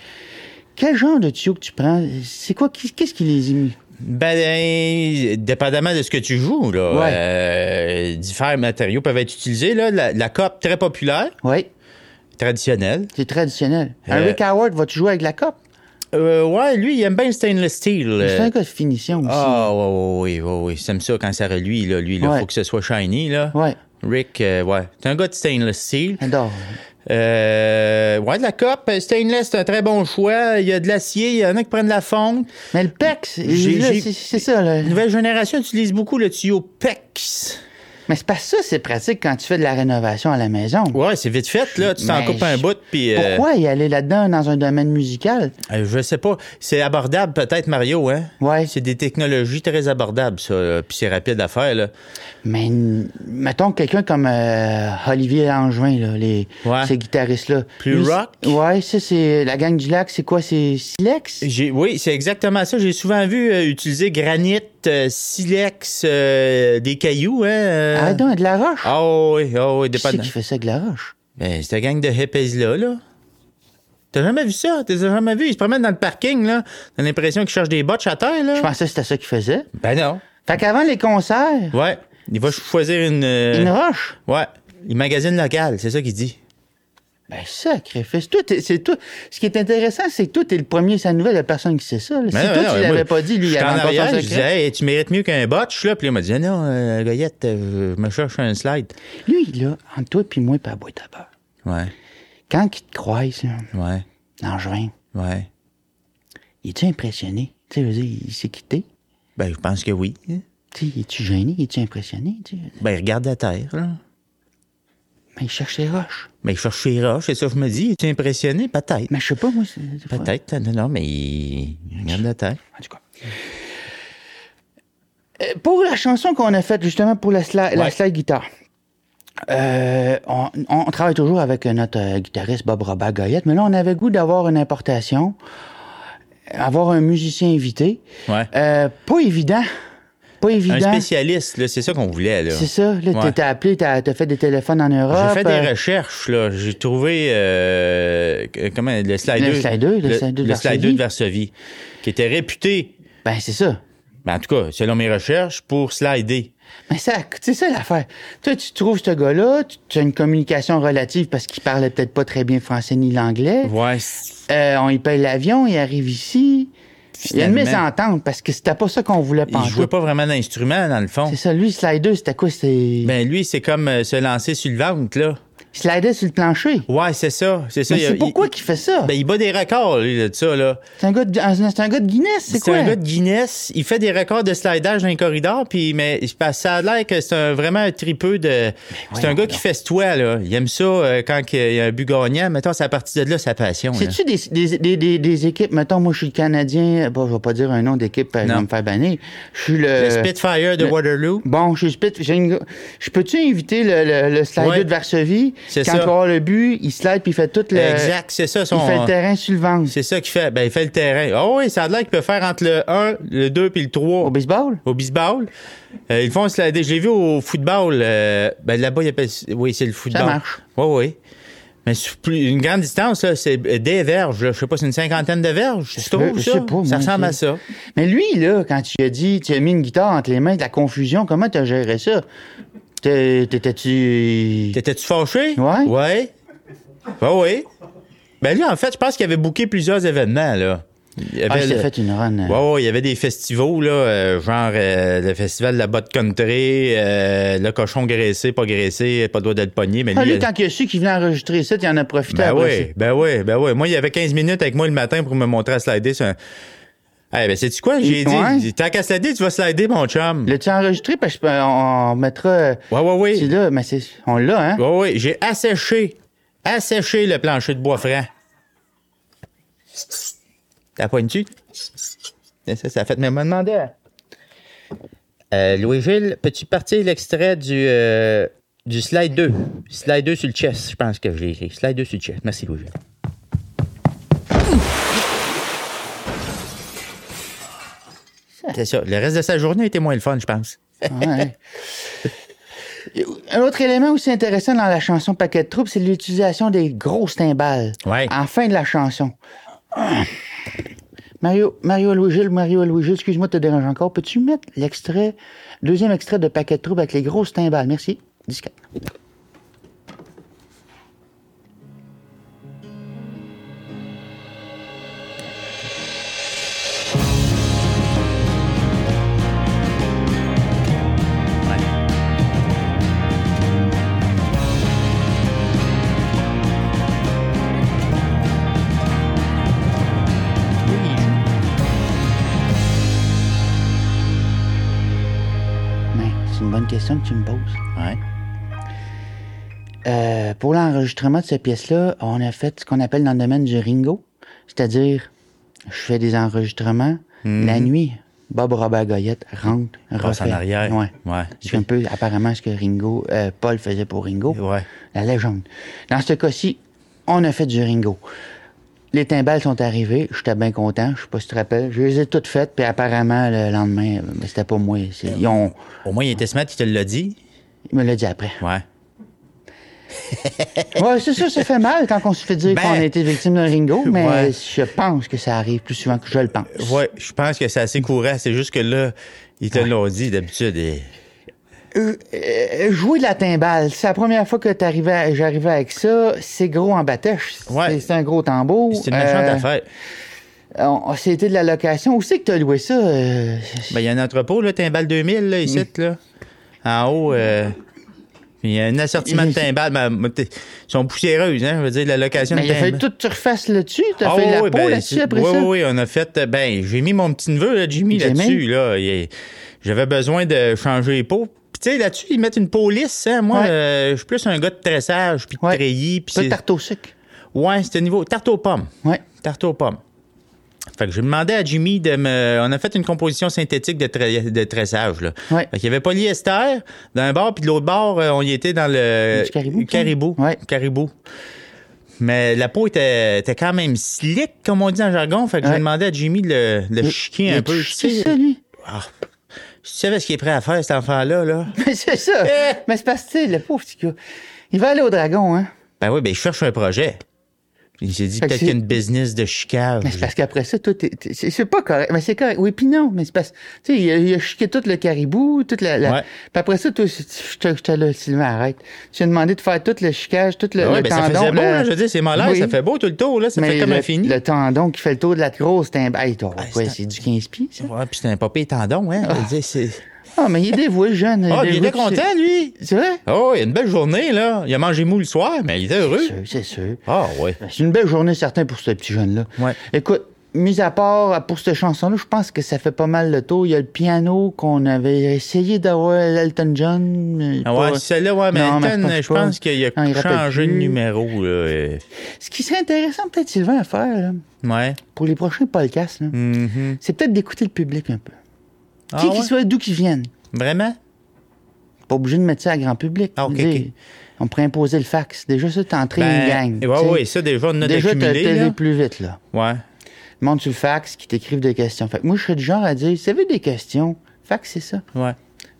[SPEAKER 1] Quel genre de tuyau que tu prends? C'est quoi? qui- Qu'est-ce qui les émis?
[SPEAKER 2] Ben, euh, dépendamment de ce que tu joues, là,
[SPEAKER 1] Ouais.
[SPEAKER 2] euh, différents matériaux peuvent être utilisés. Là, la, la cope très populaire,
[SPEAKER 1] Oui,
[SPEAKER 2] traditionnelle.
[SPEAKER 1] c'est traditionnel. Un
[SPEAKER 2] Euh,
[SPEAKER 1] Rick Howard, vas-tu jouer avec la cope?
[SPEAKER 2] Euh, ouais, lui, il aime bien le stainless steel.
[SPEAKER 1] C'est
[SPEAKER 2] euh,
[SPEAKER 1] un gars de finition aussi.
[SPEAKER 2] Ah, ouais, ouais, ouais, ouais, ouais. C'est ça quand ça reluit, là. Lui, il
[SPEAKER 1] Ouais.
[SPEAKER 2] faut que ce soit shiny, là.
[SPEAKER 1] Ouais,
[SPEAKER 2] Rick, euh, ouais. C'est un gars de stainless steel.
[SPEAKER 1] j'adore.
[SPEAKER 2] Euh, ouais, de la cope. Stainless, c'est un très bon choix. Il y a de l'acier. Il y en a qui prennent de la fonte.
[SPEAKER 1] Mais le E PEX,
[SPEAKER 2] J'ai-
[SPEAKER 1] là,
[SPEAKER 2] j'ai-
[SPEAKER 1] c'est c'est ça. Là.
[SPEAKER 2] La nouvelle génération utilise beaucoup le tuyau E PEX.
[SPEAKER 1] Mais c'est parce que ça, c'est pratique quand tu fais de la rénovation à la maison.
[SPEAKER 2] Ouais, c'est vite fait, là. Tu t'en
[SPEAKER 1] Mais
[SPEAKER 2] coupes un
[SPEAKER 1] je-
[SPEAKER 2] bout, puis... euh,
[SPEAKER 1] Pourquoi y aller là-dedans dans un domaine musical?
[SPEAKER 2] euh, je sais pas. C'est abordable, peut-être, Mario, hein?
[SPEAKER 1] Ouais.
[SPEAKER 2] C'est des technologies très abordables, ça. là. Puis c'est rapide à faire, là.
[SPEAKER 1] Mais n- mettons quelqu'un comme euh, Olivier Langevin, là, les,
[SPEAKER 2] Ouais.
[SPEAKER 1] ces guitaristes-là.
[SPEAKER 2] Plus
[SPEAKER 1] Lui,
[SPEAKER 2] rock?
[SPEAKER 1] c'est- Ouais, ça, c'est la gang du lac, c'est quoi? C'est Silex?
[SPEAKER 2] J'ai- oui, c'est exactement ça. J'ai souvent vu euh, utiliser granit, euh, silex, euh, des cailloux. Hein, euh.
[SPEAKER 1] Ah non, de la roche?
[SPEAKER 2] Ah oui, ah oui,
[SPEAKER 1] Qui c'est
[SPEAKER 2] dépendant.
[SPEAKER 1] qui fait ça avec de la roche?
[SPEAKER 2] Ben, cette gang de hippies-là, là. T'as jamais vu ça? T'as jamais vu? Ils se promènent dans le parking, là. T'as l'impression qu'ils cherchent des botches à terre, là.
[SPEAKER 1] Je pensais que c'était ça qu'ils faisaient.
[SPEAKER 2] Ben non.
[SPEAKER 1] Fait qu'avant les concerts,
[SPEAKER 2] Ouais. Il va choisir une... euh,
[SPEAKER 1] une roche?
[SPEAKER 2] Ouais. Il magazine local, c'est ça qu'il dit.
[SPEAKER 1] Ben, sacrifice. Tout est- c'est tout. Ce qui est intéressant, c'est que toi, t'es le premier, sa nouvelle, la personne qui sait ça. là. Si
[SPEAKER 2] Mais non,
[SPEAKER 1] toi,
[SPEAKER 2] non,
[SPEAKER 1] tu
[SPEAKER 2] Ben moi,
[SPEAKER 1] l'avais pas dit, lui, il
[SPEAKER 2] j'étais en
[SPEAKER 1] avait encore
[SPEAKER 2] arrière,
[SPEAKER 1] son
[SPEAKER 2] Je
[SPEAKER 1] secret.
[SPEAKER 2] disais, hey, tu mérites mieux qu'un botch, là. Puis il m'a dit, non, euh, Goyette, euh, je me cherche un slide.
[SPEAKER 1] Lui, là, entre toi puis moi, pas boîte à beurre.
[SPEAKER 2] Ouais,
[SPEAKER 1] Quand il te croise, là,
[SPEAKER 2] ouais,
[SPEAKER 1] Langevin,
[SPEAKER 2] ouais.
[SPEAKER 1] il est impressionné? Tu sais, je veux dire, il s'est quitté.
[SPEAKER 2] Ben, je pense que oui.
[SPEAKER 1] Tu sais, es-tu gêné? Es-tu impressionné? Tu sais,
[SPEAKER 2] Ben, il regarde la terre, là.
[SPEAKER 1] mais il cherche ses roches.
[SPEAKER 2] Ben, il cherche ses roches, c'est ça que je me dis. Es-tu impressionné? Peut-être.
[SPEAKER 1] Mais je sais pas, moi. c'est- c'est pas-
[SPEAKER 2] Peut-être. Non, non, mais il il regarde la terre.
[SPEAKER 1] En tout cas. Euh, Pour la chanson qu'on a faite, justement, pour la, sla- la
[SPEAKER 2] Ouais.
[SPEAKER 1] slide guitare, euh, on, on travaille toujours avec notre euh, guitariste Bob Robert Goyette, mais là, on avait le goût d'avoir une importation, avoir un musicien invité.
[SPEAKER 2] Ouais.
[SPEAKER 1] Euh, pas évident. Pas
[SPEAKER 2] Un
[SPEAKER 1] évident.
[SPEAKER 2] spécialiste, là, c'est ça qu'on voulait, là.
[SPEAKER 1] C'est ça. Là,
[SPEAKER 2] Ouais.
[SPEAKER 1] t'étais appelé, t'as t'as fait des téléphones en Europe.
[SPEAKER 2] J'ai fait des
[SPEAKER 1] euh,
[SPEAKER 2] recherches, là. J'ai trouvé, euh, que- comment, le slider.
[SPEAKER 1] Le slider, le slider de
[SPEAKER 2] le
[SPEAKER 1] Varsovie.
[SPEAKER 2] slider de Varsovie, qui était réputé,
[SPEAKER 1] Ben, c'est ça.
[SPEAKER 2] ben, en tout cas, selon mes recherches, pour slider.
[SPEAKER 1] Mais ça, c'est ça l'affaire. Toi, tu trouves ce gars-là, tu, tu as une communication relative parce qu'il parlait peut-être pas très bien français ni l'anglais.
[SPEAKER 2] Ouais.
[SPEAKER 1] Euh, on y paye l'avion, il arrive ici. Il y a une
[SPEAKER 2] Finalement.
[SPEAKER 1] mésentente parce que c'était pas ça qu'on voulait
[SPEAKER 2] Il
[SPEAKER 1] penser.
[SPEAKER 2] jouait pas vraiment d'instrument, dans le fond.
[SPEAKER 1] C'est ça, lui, slider, c'était quoi? C'est...
[SPEAKER 2] Ben, lui, c'est comme euh, se lancer sur le ventre, là.
[SPEAKER 1] Il slidait sur le plancher.
[SPEAKER 2] Ouais, c'est ça. C'est ça.
[SPEAKER 1] Mais
[SPEAKER 2] Il y a-
[SPEAKER 1] c'est
[SPEAKER 2] il-
[SPEAKER 1] pourquoi qu'il fait ça?
[SPEAKER 2] Ben, il bat des records, lui, de ça, là.
[SPEAKER 1] c'est, un gars de, un- c'est un gars de Guinness, c'est, quoi?
[SPEAKER 2] un gars de Guinness. Il fait des records de slidage dans les corridors, puis mais c'est parce que ça a l'air que c'est un- vraiment un tripeux de. C'est un
[SPEAKER 1] voyons
[SPEAKER 2] gars qui fait ce toit, là. Il aime ça euh, quand qu'il y a un but gagnant. Mettons, c'est à partir de là sa passion. là.
[SPEAKER 1] C'est-tu des, des, des, des, des équipes, mettons, moi, je suis le Canadien, bon, je vais pas dire un nom d'équipe, euh, je vais
[SPEAKER 2] Non.
[SPEAKER 1] me faire bannir. Je suis le...
[SPEAKER 2] Le Spitfire de
[SPEAKER 1] euh, le-
[SPEAKER 2] Waterloo.
[SPEAKER 1] Bon, je suis spit- j'ai une- Je peux-tu inviter le, le, le slider
[SPEAKER 2] Ouais.
[SPEAKER 1] de Varsovie?
[SPEAKER 2] C'est
[SPEAKER 1] Quand
[SPEAKER 2] ça.
[SPEAKER 1] il va avoir le but, il slide puis il fait tout le.
[SPEAKER 2] Exact, c'est ça.
[SPEAKER 1] Il
[SPEAKER 2] son-
[SPEAKER 1] fait le terrain sur le ventre.
[SPEAKER 2] C'est ça qu'il fait. Ben, il fait le terrain. Ah oui, ça a l'air qu'il peut faire entre le 1, le 2 puis le 3
[SPEAKER 1] Au baseball?
[SPEAKER 2] au baseball. Euh, ils font slider. Je l'ai vu au football. euh, ben, là-bas, ils appellent. Oui, c'est le football.
[SPEAKER 1] marche.
[SPEAKER 2] Oui, oui. Mais sur plus- une grande distance, là, c'est euh, des verges. là. Je sais pas, c'est une cinquantaine de verges. Tu
[SPEAKER 1] Euh,
[SPEAKER 2] trouves
[SPEAKER 1] je
[SPEAKER 2] ça?
[SPEAKER 1] sais pas, moi,
[SPEAKER 2] ça ressemble à
[SPEAKER 1] c'est-
[SPEAKER 2] ça.
[SPEAKER 1] Mais lui, là, quand tu as dit, tu as mis une guitare entre les mains, de la confusion, comment t'as géré ça? T'es- T'étais-tu.
[SPEAKER 2] T'étais-tu fâché?
[SPEAKER 1] Ouais.
[SPEAKER 2] Ouais. Ben oui. Ben lui, en fait, je pense qu'il avait booké plusieurs événements, là. Il
[SPEAKER 1] Ah,
[SPEAKER 2] avait
[SPEAKER 1] il s'est
[SPEAKER 2] le-
[SPEAKER 1] fait une run. euh.
[SPEAKER 2] Ouais, ouais, il y avait des festivals, là, euh, genre euh, le festival de la botte country, euh, le cochon graissé, pas graissé, pas le droit d'être pogné, mais
[SPEAKER 1] Ah,
[SPEAKER 2] lui...
[SPEAKER 1] lui,
[SPEAKER 2] il-
[SPEAKER 1] tant qu'il a su qu'il venait enregistrer ça, il en a profité
[SPEAKER 2] ben
[SPEAKER 1] après
[SPEAKER 2] oui, ben oui, ben oui. Moi, il y avait 15 minutes avec moi le matin pour me montrer à slider sur un... Eh ben, sais-tu quoi? J'ai dit,
[SPEAKER 1] Ouais.
[SPEAKER 2] j'ai dit, tant qu'à slider, tu vas slider, mon chum.
[SPEAKER 1] ça. L'as-tu enregistré? Parce que je peux- on mettra. euh,
[SPEAKER 2] Ouais, ouais,
[SPEAKER 1] C'est
[SPEAKER 2] ouais.
[SPEAKER 1] là, mais c'est. On l'a, hein?
[SPEAKER 2] Ouais, ouais, j'ai asséché, asséché le plancher de bois franc. T'as pas une dessus? Ça, ça a fait même me demander. à-
[SPEAKER 4] Euh, Louis-Gilles, peux-tu partir l'extrait du, euh, du slide 2? Slide 2 sur le chess, je pense que j'ai écrit. Slide 2 sur le chess. Merci, Louis-Gilles.
[SPEAKER 2] C'est ça. Le reste de sa journée était moins le fun, je pense.
[SPEAKER 1] Ouais. Un autre élément aussi intéressant dans la chanson Paquet de troupe, c'est l'utilisation des grosses timbales
[SPEAKER 2] Ouais.
[SPEAKER 4] Ah
[SPEAKER 1] en fin de la chanson. Mario, Mario Louis-Gilles, Mario Louis-Gilles, excuse-moi de te déranger encore. Peux-tu mettre l'extrait, deuxième extrait de Paquet de troupe avec les grosses timbales? Merci. Discret. Mais c'est une bonne question que tu me poses.
[SPEAKER 2] Ouais.
[SPEAKER 1] Euh, pour l'enregistrement de cette pièce-là, on a fait ce qu'on appelle dans le domaine du ringo, c'est-à-dire je fais des enregistrements la nuit. Bob Robert Goyette rentre,
[SPEAKER 2] Mhm. Passe
[SPEAKER 1] refait.
[SPEAKER 2] en arrière.
[SPEAKER 1] Ouais.
[SPEAKER 2] Ouais.
[SPEAKER 1] C'est un peu apparemment ce que Ringo, euh, Paul faisait pour Ringo,
[SPEAKER 2] Ouais.
[SPEAKER 1] la légende. Dans ce cas-ci, on a fait du Ringo. Les timbales sont arrivés, j'étais bien content, je sais pas si tu te rappelles, je les ai toutes faites, puis apparemment le lendemain, ben, c'était pas moi, c'est- ils, ont,
[SPEAKER 2] Au moins, il était smart, il te l'a dit.
[SPEAKER 1] ils me l'ont dit après.
[SPEAKER 2] Ouais.
[SPEAKER 1] Ouais, c'est ça, ça fait mal quand on se fait dire
[SPEAKER 2] Euh, Ben,
[SPEAKER 1] qu'on a été victime d'un Ringo, mais
[SPEAKER 2] ouais.
[SPEAKER 1] je pense que ça arrive plus souvent que je le pense.
[SPEAKER 2] Ouais, je pense que c'est assez courant. C'est juste que là, ils te l'ont dit d'habitude. et-
[SPEAKER 1] Euh, euh, jouer de la timbale, c'est la première fois que t'arrivais à- j'arrivais avec ça, c'est gros en batèche.
[SPEAKER 2] Ouais.
[SPEAKER 1] C'est- C'est un gros tambour.
[SPEAKER 2] C'est une méchante
[SPEAKER 1] Euh,
[SPEAKER 2] affaire.
[SPEAKER 1] on- C'était de la location. Où c'est que t'as loué ça? euh,
[SPEAKER 2] Ben, il y a un entrepôt, là, Timbal 2000, là, ici, là. En haut, euh, il y a un assortiment de Timbal. Ben, moi, t'es- ils sont poussiéreuses, hein, je veux dire, la location
[SPEAKER 1] mais
[SPEAKER 2] de
[SPEAKER 1] Ben, il a
[SPEAKER 2] Timbal.
[SPEAKER 1] fallu que tout tu refasses là-dessus? T'as
[SPEAKER 2] Ah
[SPEAKER 1] fait
[SPEAKER 2] oui,
[SPEAKER 1] la
[SPEAKER 2] oui,
[SPEAKER 1] peau
[SPEAKER 2] ben,
[SPEAKER 1] là-dessus
[SPEAKER 2] c'est-
[SPEAKER 1] après
[SPEAKER 2] oui,
[SPEAKER 1] ça?
[SPEAKER 2] oui, oui, on a fait. euh, Ben, j'ai mis mon petit neveu, là, Jimmy,
[SPEAKER 1] Jimmy?
[SPEAKER 2] là-dessus. Là, Il est- J'avais besoin de changer les peaux. Puis, tu sais, là-dessus, ils mettent une peau lisse. hein. Moi,
[SPEAKER 1] Ouais.
[SPEAKER 2] euh, je suis plus un gars de tressage, puis de
[SPEAKER 1] Ouais.
[SPEAKER 2] treillis. Puis
[SPEAKER 1] Toi,
[SPEAKER 2] c'est-
[SPEAKER 1] tarte au sucre.
[SPEAKER 2] Ouais, c'était niveau tarte aux pommes.
[SPEAKER 1] Ouais.
[SPEAKER 2] Tarte aux pommes. Fait que j'ai demandé à Jimmy de me. On a fait une composition synthétique de, tre- de tressage. Là.
[SPEAKER 1] Ouais.
[SPEAKER 2] Fait qu'il y avait polyester d'un bord, puis de l'autre bord, euh, on y était dans le.
[SPEAKER 1] Du caribou, ça?
[SPEAKER 2] Caribou.
[SPEAKER 1] Ouais.
[SPEAKER 2] Caribou. Mais la peau était, était quand même slick, comme on dit en jargon. Fait que
[SPEAKER 1] Ouais.
[SPEAKER 2] j'ai demandé à Jimmy de le, de le chiquer un peu. Tu
[SPEAKER 1] C'est
[SPEAKER 2] sais, ah,
[SPEAKER 1] ça, lui?
[SPEAKER 2] tu savais ce qu'il est prêt à faire, cet enfant-là, là?
[SPEAKER 1] Mais c'est ça.
[SPEAKER 2] Eh!
[SPEAKER 1] Mais c'est parce que, tu sais, le pauvre petit gars, il va aller au dragon, hein?
[SPEAKER 2] Ben oui, ben je cherche un projet. Il s'est dit
[SPEAKER 1] Fait que c'est-
[SPEAKER 2] peut-être qu'il y a une business de chicage.
[SPEAKER 1] Mais c'est parce qu'après ça, tout est- t'es- c'est c'est pas correct. Mais c'est correct. Oui, puis non. Mais c'est parce, tu sais, il a, il a chiqué tout le caribou, toute la, la-
[SPEAKER 2] Ouais.
[SPEAKER 1] Puis après ça, toi, c'est- je te- je te le Sylvain, arrête. Tu as demandé de faire tout le chicage, tout le,
[SPEAKER 2] Ah ouais,
[SPEAKER 1] le
[SPEAKER 2] ben,
[SPEAKER 1] tendon.
[SPEAKER 2] ça faisait beau,
[SPEAKER 1] le-
[SPEAKER 2] là, je veux dire, c'est malade,
[SPEAKER 1] Oui.
[SPEAKER 2] ça fait beau tout le tour, là, ça
[SPEAKER 1] Mais
[SPEAKER 2] fait comme
[SPEAKER 1] le,
[SPEAKER 2] infini. Ah,
[SPEAKER 1] Le tendon qui fait le tour de la grosse timbre. Hey, toi,
[SPEAKER 2] c'est
[SPEAKER 1] quoi,
[SPEAKER 2] un-
[SPEAKER 1] c'est du 15 pieds, ça?
[SPEAKER 2] Ouais, puis c'est un papier tendon, hein. je veux dire, c'est-
[SPEAKER 1] Ah, mais il est dévoué, le jeune.
[SPEAKER 2] Ah, puis il
[SPEAKER 1] dévoué,
[SPEAKER 2] était
[SPEAKER 1] tu sais.
[SPEAKER 2] content, lui.
[SPEAKER 1] C'est vrai?
[SPEAKER 2] Oh, il a une belle journée, là. Il a mangé mou le soir, mais il était heureux.
[SPEAKER 1] C'est sûr, c'est sûr.
[SPEAKER 2] Ah, ouais.
[SPEAKER 1] Ben, C'est une belle journée, certain, pour ce petit jeune-là.
[SPEAKER 2] Ouais.
[SPEAKER 1] Écoute, mis à part euh, pour cette chanson-là, je pense que ça fait pas mal le tour. Il y a le piano qu'on avait essayé d'avoir à Elton John. mais
[SPEAKER 2] Ah ouais,
[SPEAKER 1] pas-
[SPEAKER 2] celle-là, ouais, mais
[SPEAKER 1] Non, mais
[SPEAKER 2] Elton, euh,
[SPEAKER 1] je pense
[SPEAKER 2] je pense qu'il a
[SPEAKER 1] pas. Non, il rappelle
[SPEAKER 2] changé de
[SPEAKER 1] plus.
[SPEAKER 2] numéro, là. euh,
[SPEAKER 1] Ce qui serait intéressant, peut-être, Sylvain, à faire, là,
[SPEAKER 2] Ouais.
[SPEAKER 1] pour les prochains podcasts, là,
[SPEAKER 2] Mhm.
[SPEAKER 1] c'est peut-être d'écouter le public un peu.
[SPEAKER 2] Ah
[SPEAKER 1] qui qu'il
[SPEAKER 2] ouais?
[SPEAKER 1] soit, d'où qu'il vienne.
[SPEAKER 2] Vraiment?
[SPEAKER 1] Pas obligé de mettre ça à grand public.
[SPEAKER 2] Ah, ok,
[SPEAKER 1] Je veux dire,
[SPEAKER 2] ok.
[SPEAKER 1] On pourrait imposer le fax. Déjà, ça, t'entrées une gang.
[SPEAKER 2] Ben,
[SPEAKER 1] tu sais.
[SPEAKER 2] ouais, ouais, ça, déjà, on en a
[SPEAKER 1] Déjà, t'as-
[SPEAKER 2] d'accumulé,
[SPEAKER 1] t'as
[SPEAKER 2] là.
[SPEAKER 1] des plus vite, là.
[SPEAKER 2] Ouais.
[SPEAKER 1] Monte sur le fax, qui t'écrivent des questions. Fait que moi, je serais du genre à dire, si vous avez des questions, fax, c'est ça.
[SPEAKER 2] Ouais.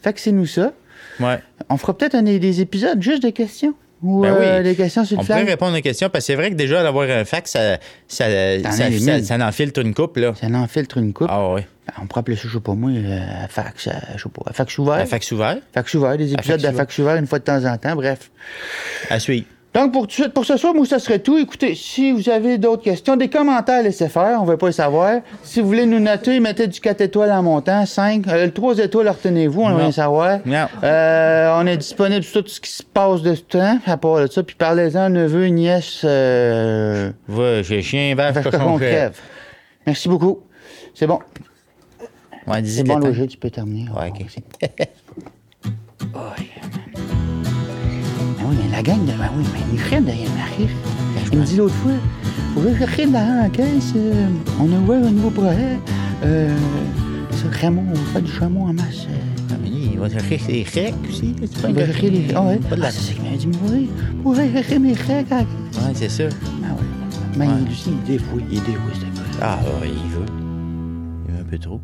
[SPEAKER 1] Fax, c'est nous ça.
[SPEAKER 2] Ouais.
[SPEAKER 1] On fera peut-être un- des épisodes juste de questions. Ou
[SPEAKER 2] Ben oui.
[SPEAKER 1] euh, des questions sur
[SPEAKER 2] On
[SPEAKER 1] le
[SPEAKER 2] pourrait
[SPEAKER 1] flag.
[SPEAKER 2] répondre aux questions parce que c'est vrai que déjà d'avoir un fax, ça, ça, ça,
[SPEAKER 1] as
[SPEAKER 2] ça,
[SPEAKER 1] les mille.
[SPEAKER 2] ça en filtre une coupe, là.
[SPEAKER 1] Ça en filtre une coupe.
[SPEAKER 2] Ah ouais.
[SPEAKER 1] Ben, on pourrait appeler ça, je sais pas moi, euh, fax, euh, je sais pas, à fax ouvert.
[SPEAKER 2] Un fax ouvert.
[SPEAKER 1] Fax ouvert, des épisodes
[SPEAKER 2] fax
[SPEAKER 1] de
[SPEAKER 2] ouvert.
[SPEAKER 1] fax ouvert une fois de temps en temps, bref.
[SPEAKER 2] À suivre.
[SPEAKER 1] Donc, pour, tout de suite, pour ce soir, moi, ça serait tout. Écoutez, si vous avez d'autres questions, des commentaires, laissez faire, on ne veut pas les savoir. Si vous voulez nous noter, mettez du 4 étoiles en montant, 5. Euh, le 3 étoiles, retenez-vous, on veut
[SPEAKER 2] Non.
[SPEAKER 1] les savoir.
[SPEAKER 2] Non.
[SPEAKER 1] Euh, on est disponible sur tout ce qui se passe de ce temps, à part de ça. Puis parlez-en, neveu, nièce, euh,
[SPEAKER 2] Va, j'ai chien, vache,
[SPEAKER 1] vache
[SPEAKER 2] cochon,
[SPEAKER 1] cochon,
[SPEAKER 2] crève.
[SPEAKER 1] crève. Merci beaucoup. C'est bon.
[SPEAKER 2] Ouais, dis
[SPEAKER 1] C'est bon, Roger, tu peux terminer.
[SPEAKER 2] Ouais, ok.
[SPEAKER 1] Oh, yeah. Ben oui, mais la gang de. Ben oui, mais il crève derrière ma rive.
[SPEAKER 2] Ben,
[SPEAKER 1] Il me dit l'autre fois, vous voulez que je crève derrière la caisse? euh, on a ouvert un nouveau projet. Euh, c'est Ramon, on fait du chameau en masse. euh.
[SPEAKER 2] Ah, mais lui, il va chercher ses recs aussi. là, C'est pas
[SPEAKER 1] on
[SPEAKER 2] une
[SPEAKER 1] va chercher les. Ah ouais?
[SPEAKER 2] Pas de la-
[SPEAKER 1] Ah, c'est ça qu'il m'avait dit, mais oui, vous voulez que je crève mes ah, règles à la caisse?
[SPEAKER 2] Ouais, c'est ça.
[SPEAKER 1] Ah
[SPEAKER 2] oh,
[SPEAKER 1] ouais. Mais il est aussi dévoué, il est dévoué, ce gars.
[SPEAKER 2] Ah, ouais, il veut. Il veut un peu trop.